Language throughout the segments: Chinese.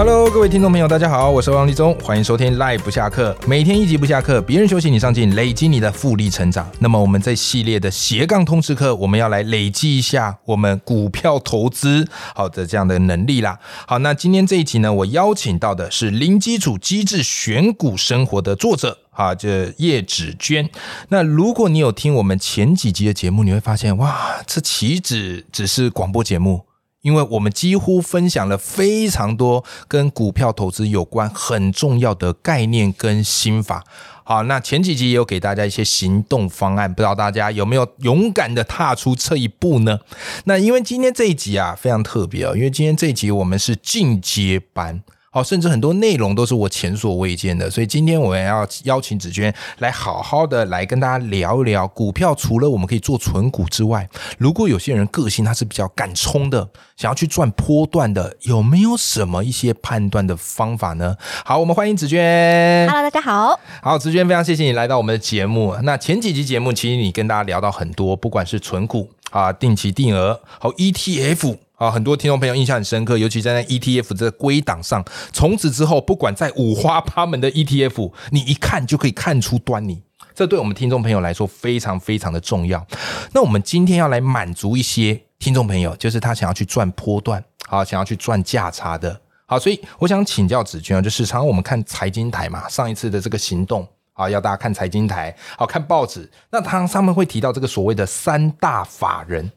Hello，各位听众朋友，大家好，我是欧阳立中，欢迎收听 Live 不下课，每天一集不下课，别人休息你上进，累积你的复利成长。那么我们这系列的斜杠通识课，我们要来累积一下我们股票投资好的这样的能力啦。好，那今天这一集呢，我邀请到的是零基础机制选股生活的作者。啊，这叶芷娟。那如果你有听我们前几集的节目，你会发现，哇，这岂止只是广播节目，因为我们几乎分享了非常多跟股票投资有关很重要的概念跟心法。好，那前几集也有给大家一些行动方案，不知道大家有没有勇敢的踏出这一步呢？那因为今天这一集啊非常特别哦，因为今天这一集我们是进阶班。好，甚至很多内容都是我前所未见的，所以今天我们要邀请子娟来好好的来跟大家聊一聊股票。除了我们可以做存股之外，如果有些人个性他是比较敢冲的，想要去赚波段的，有没有什么一些判断的方法呢？好，我们欢迎子娟。 Hello，大家好。好，子娟，非常谢谢你来到我们的节目。那前几集节目，其实你跟大家聊到很多，不管是存股啊、定期定额，还有 ETF 啊，很多听众朋友印象很深刻，尤其在那 E ETF 这归档上，从此之后，不管在五花八门的 ETF，你一看就可以看出端倪。这对我们听众朋友来说非常非常的重要。那我们今天要来满足一些听众朋友，就是他想要去赚波段，啊，想要去赚价差的。好，所以我想请教子君啊，就是常常我们看财经台嘛，上一次的这个行动啊，要大家看财经台，好看报纸，那他他们会提到这个所谓的三大法人。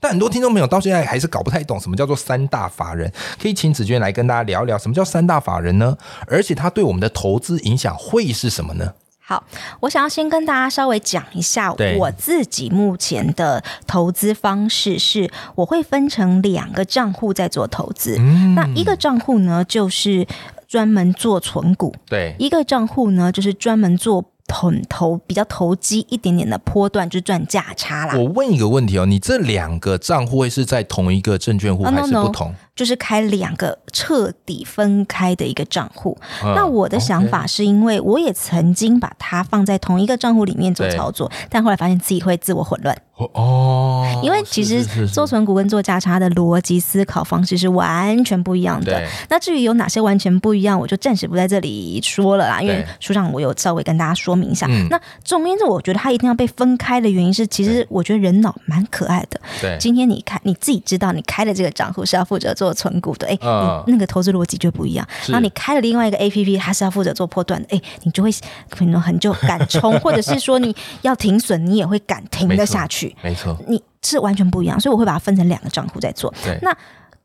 但很多听众朋友到现在还是搞不太懂什么叫做三大法人，可以请子娟来跟大家聊一聊什么叫三大法人呢？而且它对我们的投资影响会是什么呢？好，我想要先跟大家稍微讲一下对我自己目前的投资方式是，我会分成两个账户在做投资。嗯那一个账户呢，就是专门做存股；对，一个账户呢，就是专门做很投比较投机一点点的波段，就是赚价差啦。我问一个问题哦，你这两个账户会是在同一个证券户哦还是 no，no 不同？就是开两个彻底分开的一个账户。那嗯我的想法是因为我也曾经把它放在同一个账户里面做对操作，但后来发现自己会自我混乱，哦，因为其是实是是是做存股跟做价差的逻辑思考方式是完全不一样的对。那至于有哪些完全不一样，我就暂时不在这里说了啦，因为对书上我有稍微跟大家说明一下。嗯那总而言之，我觉得它一定要被分开的原因是，其实我觉得人脑蛮可爱的。对今天你开你自己知道，你开了这个账户是要负责做存股的，哎、嗯你那个投资逻辑就不一样。是然后你开了另外一个 A P P，它是要负责做波段的，哎、你就会可能很就敢 冲，或者是说你要停损，你也会敢停没得错下去，没错，你是完全不一样。所以我会把它分成两个账户在做。对那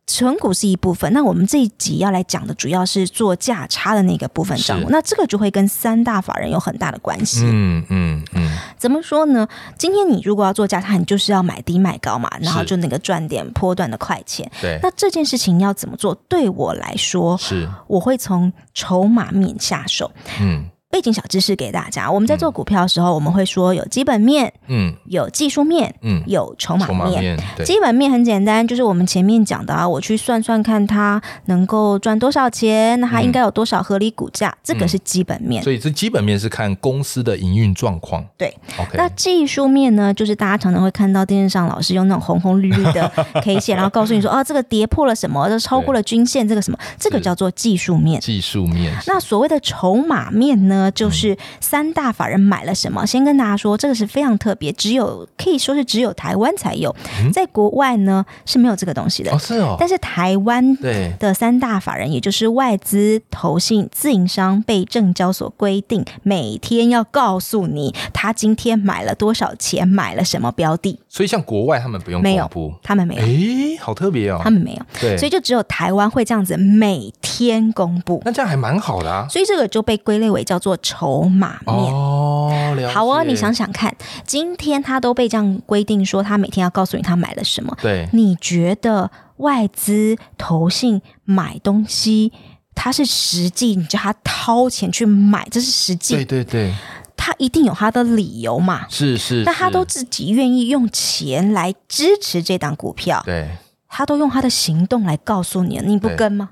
存股是一部分，那我们这一集要来讲的主要是做价差的那个部分账户，是那这个就会跟三大法人有很大的关系。嗯嗯嗯，怎么说呢？今天你如果要做价差，你就是要买低卖高嘛，然后是就那个赚点波段的快钱。对，那这件事情要怎么做？对我来说，是我会从筹码面下手。嗯背景小知识给大家：我们在做股票的时候，我们会说有基本面、嗯有技术面、嗯，有筹码筹码面。面对基本面很简单，就是我们前面讲的啊，我去算算看它能够赚多少钱，那它应该嗯有多少合理股价，这个是基本面。所以这基本面是看公司的营运状况。对，OK，那技术面呢，就是大家常常会看到电视上老师用那种红红绿绿的 K 线，然后告诉你说，啊，这个跌破了什么，这超过了均线，这个什么，这个是叫做技术面。技术面是那所谓的筹码面呢，嗯就是三大法人买了什么。先跟大家说，这个是非常特别，只有可以说是只有台湾才有，在国外呢是没有这个东西的嗯哦。是哦，但是台湾对的三大法人，也就是外资、投信、自营商，被证交所规定每天要告诉你他今天买了多少钱，买了什么标的，所以像国外他们不用没公有布，他们没有，诶，好特别哦，他们没有，哎对，所以就只有台湾会这样子每天公布，那这样还蛮好的啊。所以这个就被归类为叫做筹码面。哦，了解好哦，你想想看，今天他都被这样规定说，他每天要告诉你他买了什么，对你觉得外资投信买东西，它是实际你叫他掏钱去买，这是实对际，对对，他一定有他的理由嘛？是是，那他是都自己愿意用钱来支持这档股票，对他都用他的行动来告诉你了，你不对跟吗？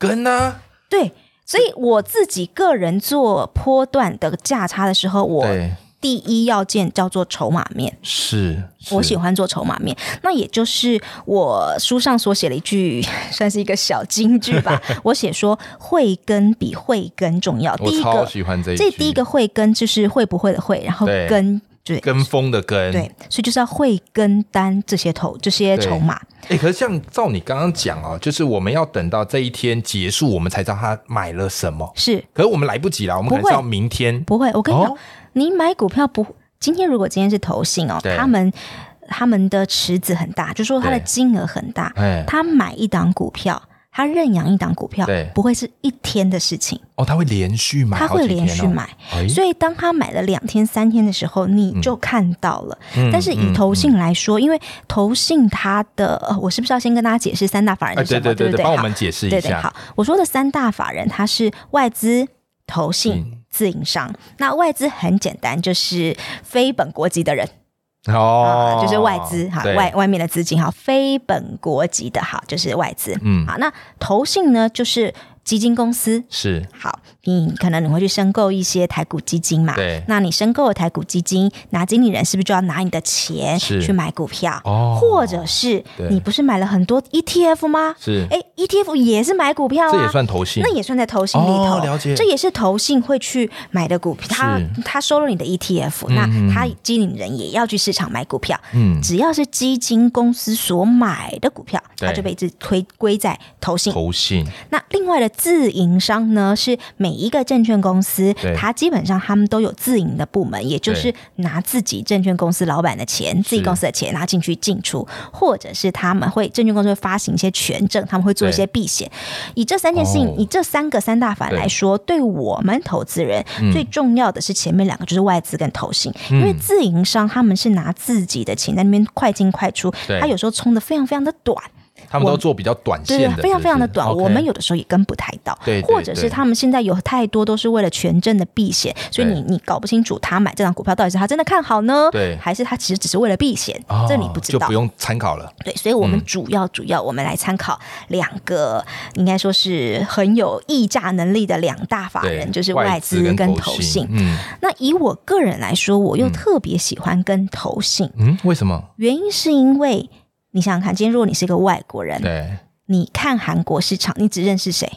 跟啊，对，所以我自己个人做波段的价差的时候，我对，第一要件叫做筹码面。是，是我喜欢做筹码面，那也就是我书上所写了一句， 算是一个小金句 吧。我写说慧根比慧根重要。我第一超个，喜欢这一这句第一个慧根就是会不会的会，然后对根对跟风的跟，对，所以就是要会跟单这些头这些对筹码。哎、可是像照你刚刚讲啊，就是我们要等到这一天结束，我们才知道他买了什么。是可是我们来不及了，我们可能不是要会明天。不会，我跟你讲，哦你买股票不，今天如果今天是投信哦对，他们他们的池子很大，就说他的对金额很大，哎，他买一档股票。他认养一档股票对，不会是一天的事情，哦，他会连续买，他会连续。买。哎、所以当他买了两天、三天的时候，你就看到了。嗯但是以投信来说，因为投信它的，呃，我是不是要先跟大家解释三大法人哎，是对什么？对对不对？帮我好们解释一下。对对，好，我说的三大法人，它是外资、投信、自营商。那外资很简单，就是非本国籍的人、哦、啊，就是外资哈，对外，外面的资金哈，非本国籍的哈，就是外资。嗯，好，那投信呢，就是基金公司。是好，你可能你会去申购一些台股基金嘛？对那你申购了台股基金，拿经理人是不是就要拿你的钱是去买股票？哦，或者是对你不是买了很多 ETF 吗？是、哎，ETF 也是买股票啊，这也算投信，那也算在投信里头，哦了解这也是投信会去买的股票，他是他收了你的 ETF，、嗯那他经理人也要去市场买股票，嗯，只要是基金公司所买的股票，对它就被自推归在投信。投信那另外的自营商呢，是每一个证券公司对，它基本上他们都有自营的部门，也就是拿自己证券公司老板的钱、自己公司的钱，然后进去进出，或者是他们会证券公司会发行一些权证，他们会做一些避险。以这三件事情，哦以这三个三大法对嗯来说，对我们投资人、最重要的是前面两个，就是外资跟投信，因为自营商他们是拿自己的钱在那边快进快出对，他有时候冲的非常非常的短。他们都做比较短对啊线的，非常非常的是不是短。 OK 我们有的时候也跟不太到，对对或者是他们现在有太多都是为了权证的避险，所以你你搞不清楚他买这张股票到底是他真的看好呢，对还是他其实只是为了避险，哦这你不知就道不。用嗯参考了。对，所以我们主要主要我们来参考两个，应该说是很有议价能力的两大法对，人，就是外外资跟跟投信信。。嗯那以我个人来说，我又特别喜欢跟投信，嗯，为什么？原因是因为你想想看，今天如果你是一个外国人，对，你看韩国市场，你只认识谁？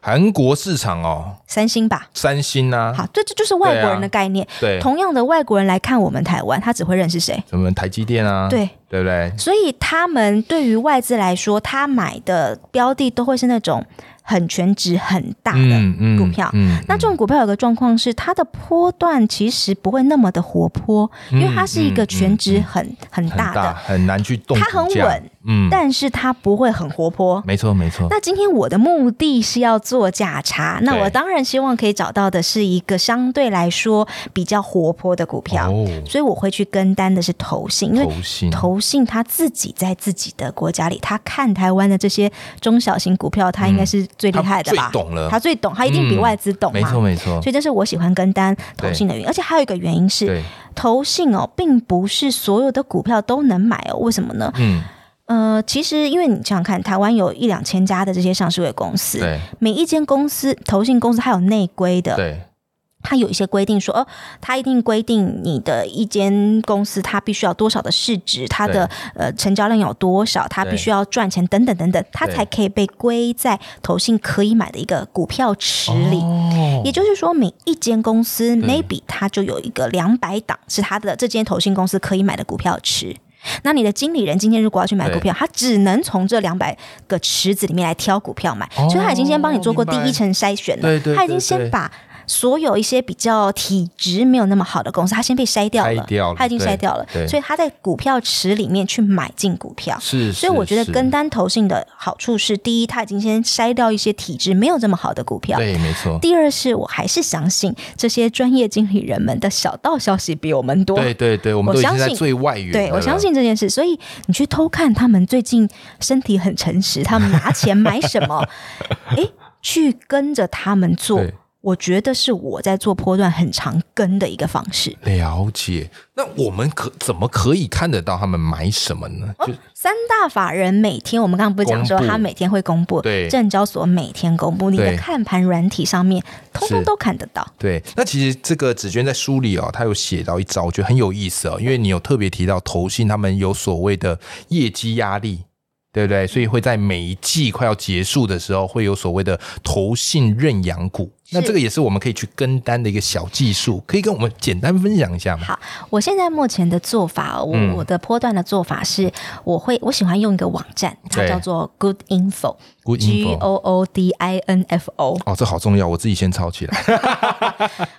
韩国市场哦，三星吧。三星啊，好，这这就是外国人的概念。对，同样的，外国人来看我们台湾，他只会认识谁？什么台积电啊，对，对不对？所以他们对于外资来说，他买的标的都会是那种很全值很大的。嗯嗯股票嗯，那这种股票有个状况是，它的波段其实不会那么的活泼，因嗯为它是一个全值很、很很大的，大，很难去动，它很稳，，嗯，但是它不会很活泼。没错没错，那今天我的目的是要做价差，那对我当然希望可以找到的是一个相对来说比较活泼的股票，哦，所以我会去跟单的是投信，因为。投信投信他自己在自己的国家里，他看台湾的这些中小型股票，他应该是最厉害的嗯他吧最？懂了他，最懂，他一定比嗯外资懂没嘛。错没错所，以这是我喜欢跟单投信的原因。而且还有一个原因是，对，投信哦，并不是所有的股票都能买哦。为什么呢？嗯，呃，其实因为你想想看，台湾有一两千家的这些上市的公司，对每一间公司投信公司它有内规的，对，它有一些规定说，哦，它一定规定你的一间公司它必须要多少的市值，它的呃成交量有多少，它对必须要赚钱等等等等，它对才可以被归在投信可以买的一个股票池里。哦也就是说，每一间公司对 maybe 它就有一个两百档是它的这间投信公司可以买的股票池。那你的经理人今天如果要去买股票，他只能从这两百个池子里面来挑股票买，哦所以他已经先帮你做过第明白一层筛选了。对对对他已经先把所有一些比较体质没有那么好的公司，他先被筛掉筛了，掉了他已经对筛掉了对，所以他在股票池里面去买进股票。是，所以我觉得是跟单投信的好处是，第一，他已经先筛掉一些体质没有这么好的股票，对没错，第二是我还是相信这些专业经理人们的小道消息比我们多。对对对，我们我都已相经在信最外缘，对，我相。信这件事，所以你去偷看他们最近身体 很诚实，他们拿钱买什么，诶，去跟着他们做对，我觉得是我在做波段很常跟的一个方式。了解。那我们可怎么可以看得到他们买什么呢？就哦三大法人每天，我们刚刚不是讲说公布他每天会公布，对证交所每天公布，你对的看盘软体上面通是通都看得到。对，那其实这个紫娟在书里哦，她有写到一招，我觉得很有意思哦，因为你有特别提到投信他们有所谓的业绩压力。对嗯不对？所以会在每一季快要结束的时候，会有所谓的投信认养股。那是这个也是我们可以去跟单的一个小技术，可以跟我们简单分享一下吗？好，我现在目前的做法哦，我、嗯我的波段的做法是，我会我喜欢用一个网站，它对叫做 Good Info。 Good G info O O D I N F O，哦，这好重要，我自己先抄起来。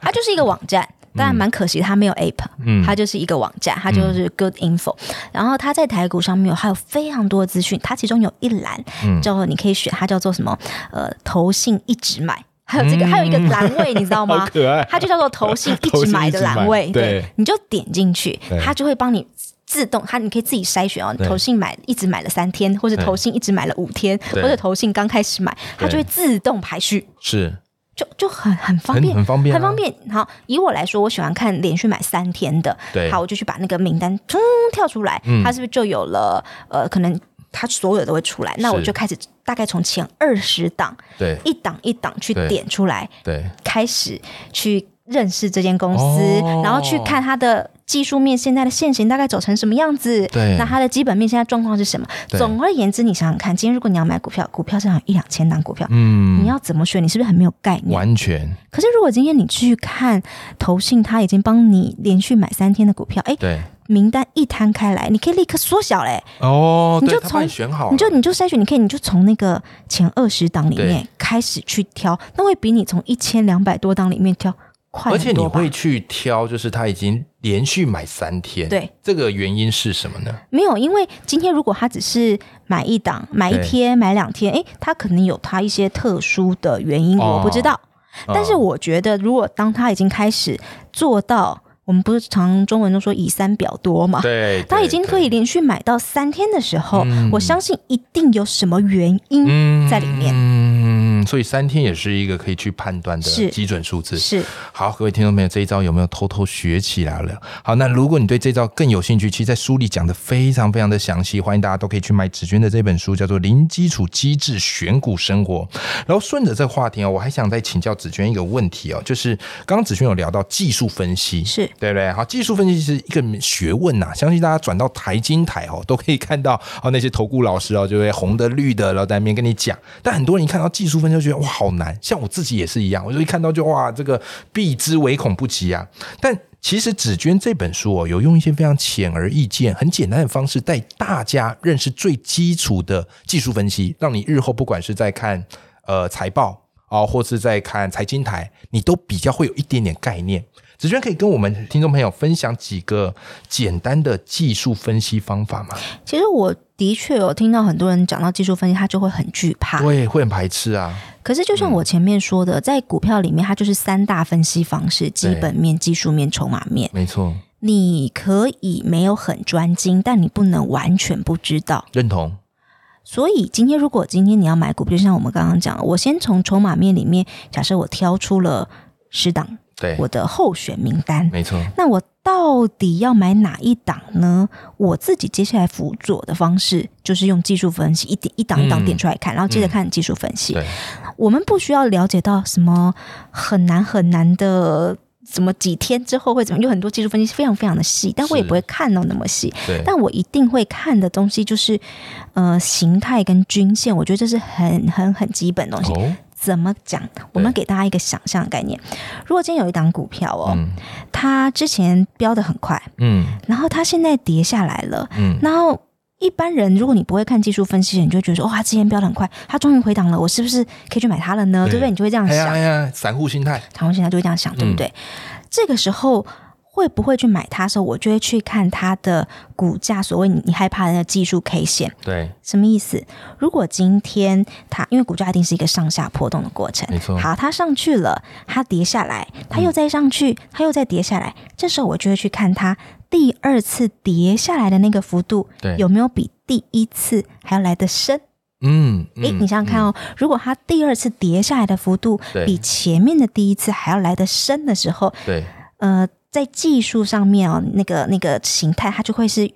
它就是一个网站，当然蛮可惜它没有 app，嗯它就是一个网站，它就是 Good Info，、然后它在台股上面有还有非常多的资讯，它其中有一栏嗯叫做你可以选它叫做什么呃投信一直买。还有 这个，还有一个栏位，你知道吗？可爱它就叫做投信一投直信买一的直买栏位，对你就点进去对，它就会帮你自动，它你可以自己筛选哦。对投信买一直买了三天，或者对投信一直买了五天，对或者投信刚开始买，它就对会自动排序，是就就很很方很便，很方便、啊，很方。便。好，以我来说，我喜欢看连续买三天的，对嗯好，我就去把那个名单冲跳出来，它是不是就有了？呃，可能它所有都会出来，那是我就开始大概从前二十档对一档一档去对点出来，对，开始去认识这间公司，哦然后去看它的技术面现在的现形大概走成什么样子，对那它的基本面现在状况是什么？对总而言之，你想想看，今天如果你要买股票，股票市场有一两千档股票。嗯，你要怎么选？你是不是很没有概念？完全可是如果今天你去看投信，它已经帮你连续买三天的股票，哎，对名单一摊开来，你可以立刻缩小嘞，哦，你对就他帮从选好了，你就你就筛选，你可以你就从那个前二十档里面开始去挑，那会比你从一千两百多档里面挑快而且很你多吧会？去挑，就是他已经连续买三天，对，这个原因是什么呢？没有，因为今天如果他只是买一档、买一对天、买两天，哎，他可能有他一些特殊的原因，哦我不知道。但嗯是我觉得，如果当他已经开始做到，我们不是常中文都说以三表多嘛，对，他对已经可以，连续买到三天的时候，我相信一定有什么原因。对嗯在里面嗯，所以三天也是一个可以去判断的是基准数字。是好，各位听众朋友，这一招有没有偷偷学起来了？好，那如果你对这招更有兴趣，其实在书里讲的非常非常的详细，欢迎大家都可以去买紫娟的这本书，叫做《零基础机制选股生活》。然后顺着这个话题哦，我还想再请教紫娟一个问题哦，就是刚刚紫娟有聊到技术分析，是对不对？好，技术分析是一个学问呐、相信大家转到财经台哦， 都可以看到哦那些投顾老师哦，就会红的绿的，然后在那边跟你讲。但很多人一看到技术分析就觉得哇好难，像我自己也是一样，我就一看到就哇这个避之唯恐不及啊。但其实紫娟这本书哦，有用一些非常显而易见、很简单的方式，带大家认识最基础的技术分析，让你日后不管是在看呃财报哦，或是在看财经台，你都比较会有一点点概念。子娟可以跟我们听众朋友分享几个简单的技术分析方法吗？其实我的确有听到很多人讲到技术分析，他就会很惧怕。对，嗯会很排斥啊。可是就像我前面说的，在股票里面，它就是三大分析方式：基本面、技术面、筹码面。没错，你可以没有很专精，但你不能完全不知道。认同。所以今天如果今天你要买股票，就像我们刚刚讲的，我先从筹码面里面，假设我挑出了十档对，我的候选名单，没错。那我到底要买哪一档呢？我自己接下来辅佐的方式就是用技术分析，一点一档一档嗯点出来看，然后接着看技术分析。对，我们不需要了解到什么很难很难的。怎么几天之后会怎么？有很多技术分析非常非常的细，但我也是不会看到那么细。对，但我一定会看的东西就是，呃，形态跟均线，我觉得这是很很很基本的东西。哦，怎么讲？我们给大家一个想象的概念。如果今天有一档股票哦，嗯它之前飙得很快，嗯然后它现在跌下来了，嗯，然后一般人如果你不会看技术分析，你就会觉得说，哇、它之前飙得很快，它终于回档了，我是不是可以去买它了呢？对对不对？你就会这样哎呀嗯想哎，呀，散户心态，然后现在就会这样想，对不对？这个时候。会不会去买它的时候，我就会去看它的股价，所谓你你害怕的那个技术 K 线，对，什么意思？如果今天它因为股价一定是一个上下波动的过程，没错好，它上去了，它跌下来，它嗯又再上去，它又再跌下来，这时候我就会去看它第二次跌下来的那个幅度对有没有比第一次还要来得深。嗯，诶，嗯你想想看哦，如果它第二次跌下来的幅度对比前面的第一次还要来得深的时候，对，呃，在技术上面哦，那个那个形态它就会是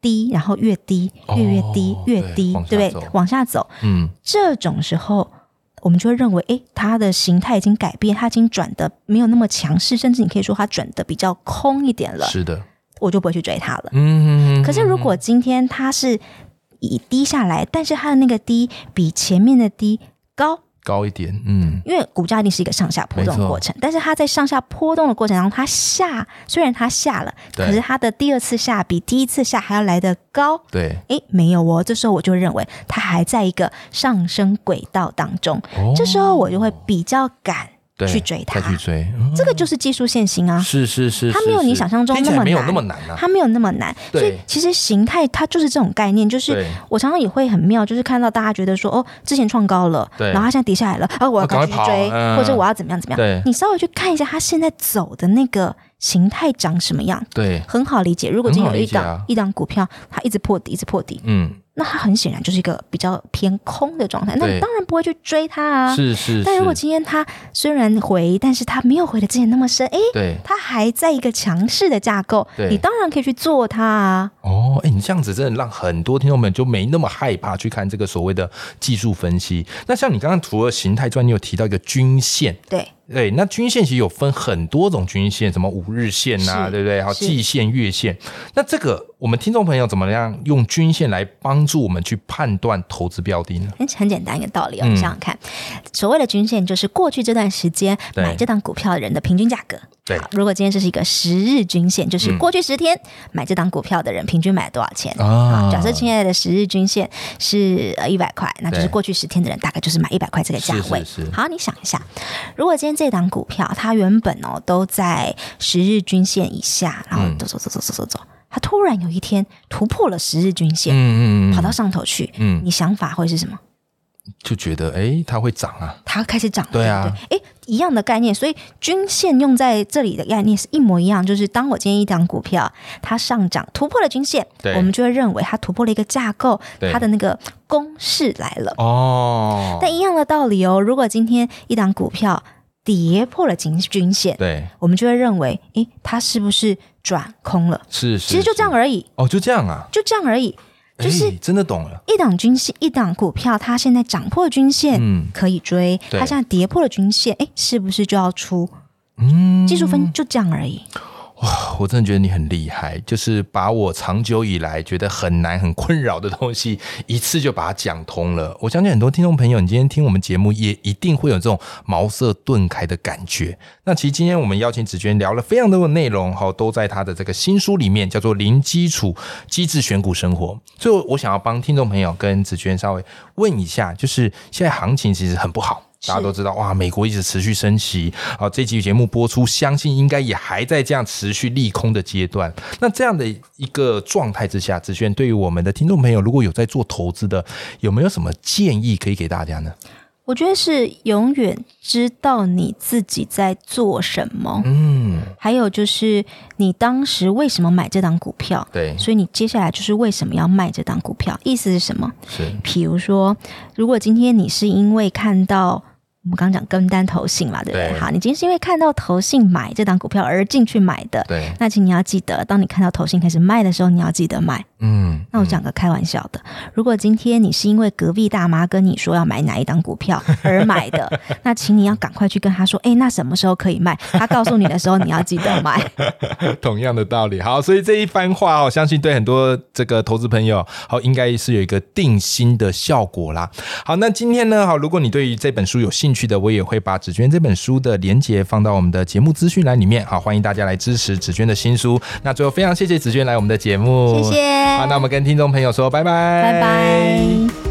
低，然后越低，越越低哦，越低对，往下对不对走？往下走，嗯，这种时候。我们就会认为，诶，它的形态已经改变，它已经转的没有那么强势，甚至你可以说它转的比较空一点了，是的，我就不会去追它了。嗯，可是如果今天它是以低下来，但是它的那个低比前面的低高，高一点，嗯，因为股价一定是一个上下波没动的错过程，但是它在上下波动的过程当中，它下虽然它下了，对可是它的第二次下比第一次下还要来得高。对，诶，没有哦，这时候我就认为它还在一个上升轨道当中，哦这时候我就会比较敢对去追它再去追，嗯这个就是技术限行啊。是是是，它是没有你是想象中听起那来么没有难那么难啊，它没有那么难，对所以其实形态它就是这种概念，就是对我常常也会很妙，就是看到大家觉得说哦，之前创高了，对然后它现在跌下来了，啊，我啊要赶赶快紧去跑追，嗯或者我要怎么样怎么对样，你稍微去看一下它现在走的那个形态长什么样，对，很好理解。如果今天很好有理一解档、啊一档股票，它一直破底，一直破底，嗯，那它很显然就是一个比较偏空的状态，那对你当然不会去追它啊。是是，但如果是今天它虽然回，但是它没有回的之前那么深，诶，对它还在一个强势的架构对，你当然可以去做它啊。哦，哎，你这样子真的让很多听众们就没那么害怕去看这个所谓的技术分析。那像你刚刚除了形态之外，你有提到一个均线。对，对，那均线其实有分很多种均线，什么五日线呐、是对不对？还有是季线、月线。那这个我们听众朋友怎么样用均线来帮助我们去判断投资标的呢？很很简单一个道理哦，嗯你想想看，所谓的均线就是过去这段时间对买这档股票的人的平均价格。对好，如果今天这是一个十日均线，就是嗯过去十天买这档股票的人平均买了多少钱。啊好假设现在的十日均线是呃一百块，那就是过去十天的人大概就是买一百块这个价位。是是是好，你想一下，如果今天这档股票它原本哦都在十日均线以下，然后嗯走走走走走走走，它突然有一天突破了十日均嗯线，嗯嗯，跑到上头去，嗯你想法会是什么？就觉得哎，它会涨啊，它开始涨了，对啊对不对，哎，一样的概念，所以均线用在这里的概念是一模一样，就是当我今天一档股票它上涨突破了均线对，我们就会认为它突破了一个架构对，它的那个公式来了。哦，但一样的道理哦，如果今天一档股票跌破了均均线，对，我们就会认为，诶，它是不是转空了？是，其实就这样而而已，哦，就这样啊，就这样而已。就是哎真的懂了，一档均线，一档股票，它现在涨破均线，嗯可以追，对它现在跌破了均线，哎，是不是就要出？嗯，技术分就这样而已。我真的觉得你很厉害，就是把我长久以来觉得很难、很困扰的东西，一次就把它讲通了。我相信很多听众朋友，你今天听我们节目，也一定会有这种茅塞顿开的感觉。那其实今天我们邀请子娟聊了非常多的内容，哈，都在她的这个新书里面，叫做《零基础机制选股生活》。所以，我想要帮听众朋友跟子娟稍微问一下，就是现在行情其实很不好。大家是都知道，哇，美国一直持续升息。好、这期节目播出，相信应该也还在这样持续利空的阶段。那这样的一个状态之下，子轩对于我们的听众朋友，如果有在做投资的，有没有什么建议可以给大家呢？我觉得是永远知道你自己在做什么，嗯，还有就是你当时为什么买这档股票，对，所以你接下来就是为什么要卖这档股票，意思是什么？是，比如说，如果今天你是因为看到我们刚刚讲跟单投信嘛，对不对？对好，你今天是因为看到投信买这档股票而进去买的，对，那请你要记得，当你看到投信开始卖的时候，你要记得卖。嗯，那我讲个开玩笑的，如果今天你是因为隔壁大妈跟你说要买哪一档股 票而买的，那请你要赶快去跟她说，哎，那什么时候可以卖？她告诉你的时候，你要记得买。同样的道理。好，所以这一番话哦，相信对很多这个投资朋友，好，应该是有一个定心的效果啦。好，那今天呢，好，如果你对于这本书有兴趣的，我也会把紫娟这本书的连接放到我们的节目资讯栏里面。好，欢迎大家来支持紫娟的新书。那最后哦非常谢谢紫娟来我们的节目，谢谢，好，那我们跟听众朋友说拜拜，拜拜。